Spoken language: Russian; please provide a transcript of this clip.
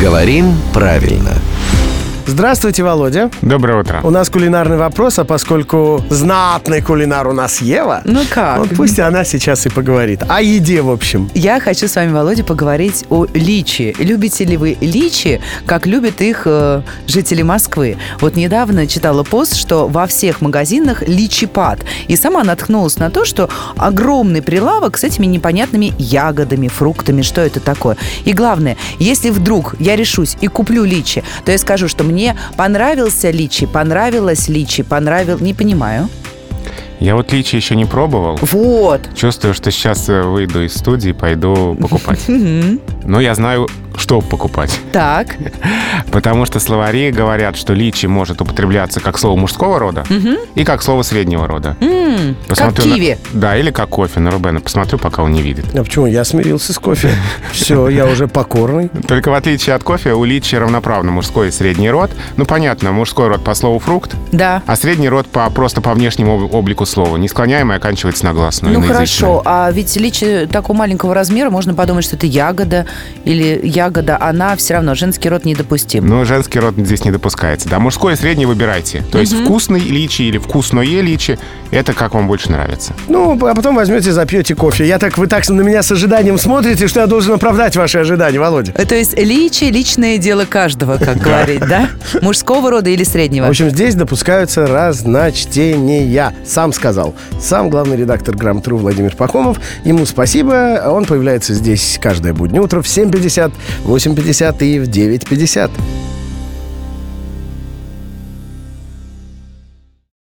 Говорим правильно. Здравствуйте, Володя. Доброе утро. У нас кулинарный вопрос, а поскольку знатный кулинар у нас Ева, Ну как? вот пусть она сейчас и поговорит. О еде, в общем. Я хочу с вами, Володя, поговорить о личи. Любите ли вы личи, как любят их э, жители Москвы? Вот недавно читала пост, что во всех магазинах личипад. И сама наткнулась на то, что огромный прилавок с этими непонятными ягодами, фруктами, что это такое. И главное, если вдруг я решусь и куплю личи, то я скажу, что мне понравился личи, понравилось личи, понравил... Не понимаю. Я вот личи еще не пробовал. Вот. Чувствую, что сейчас выйду из студии и пойду покупать. Мгм. Но я знаю, что покупать. Так. Потому что словари говорят, что личи может употребляться как слово мужского рода Мгм. и как слово среднего рода. М, Как на- киви. Да, или как кофе на Рубена. Посмотрю, пока он не видит. А почему? Я смирился с кофе. Все, я уже покорный. Только в отличие от кофе, у личи равноправно мужской и средний род. Ну, понятно, мужской род по слову фрукт, Да. а средний род по, просто по внешнему об- облику слова. Несклоняемый оканчивается на гласную. Ну на хорошо, язычную. а ведь личи такого маленького размера, можно подумать, что это ягода или ягода, она все равно, женский род недопустим. Но женский род здесь не допускается. Да, мужской и средний выбирайте. То есть вкусный личи или вкусное личи, это как вам больше нравится. Ну, а потом возьмете, запьете кофе. Я так, вы так на меня с ожиданием смотрите, что я должен оправдать ваши ожидания, Володя. Э, То есть личи – личное дело каждого, как говорит, да? Мужского рода или В среднего? общем, здесь допускаются разночтения. Сам сказал. Сам главный редактор Грамм-Тру Владимир Пахомов. Ему спасибо. Он появляется здесь каждое буднее утро в 7.50, 8.50 и в 9.50.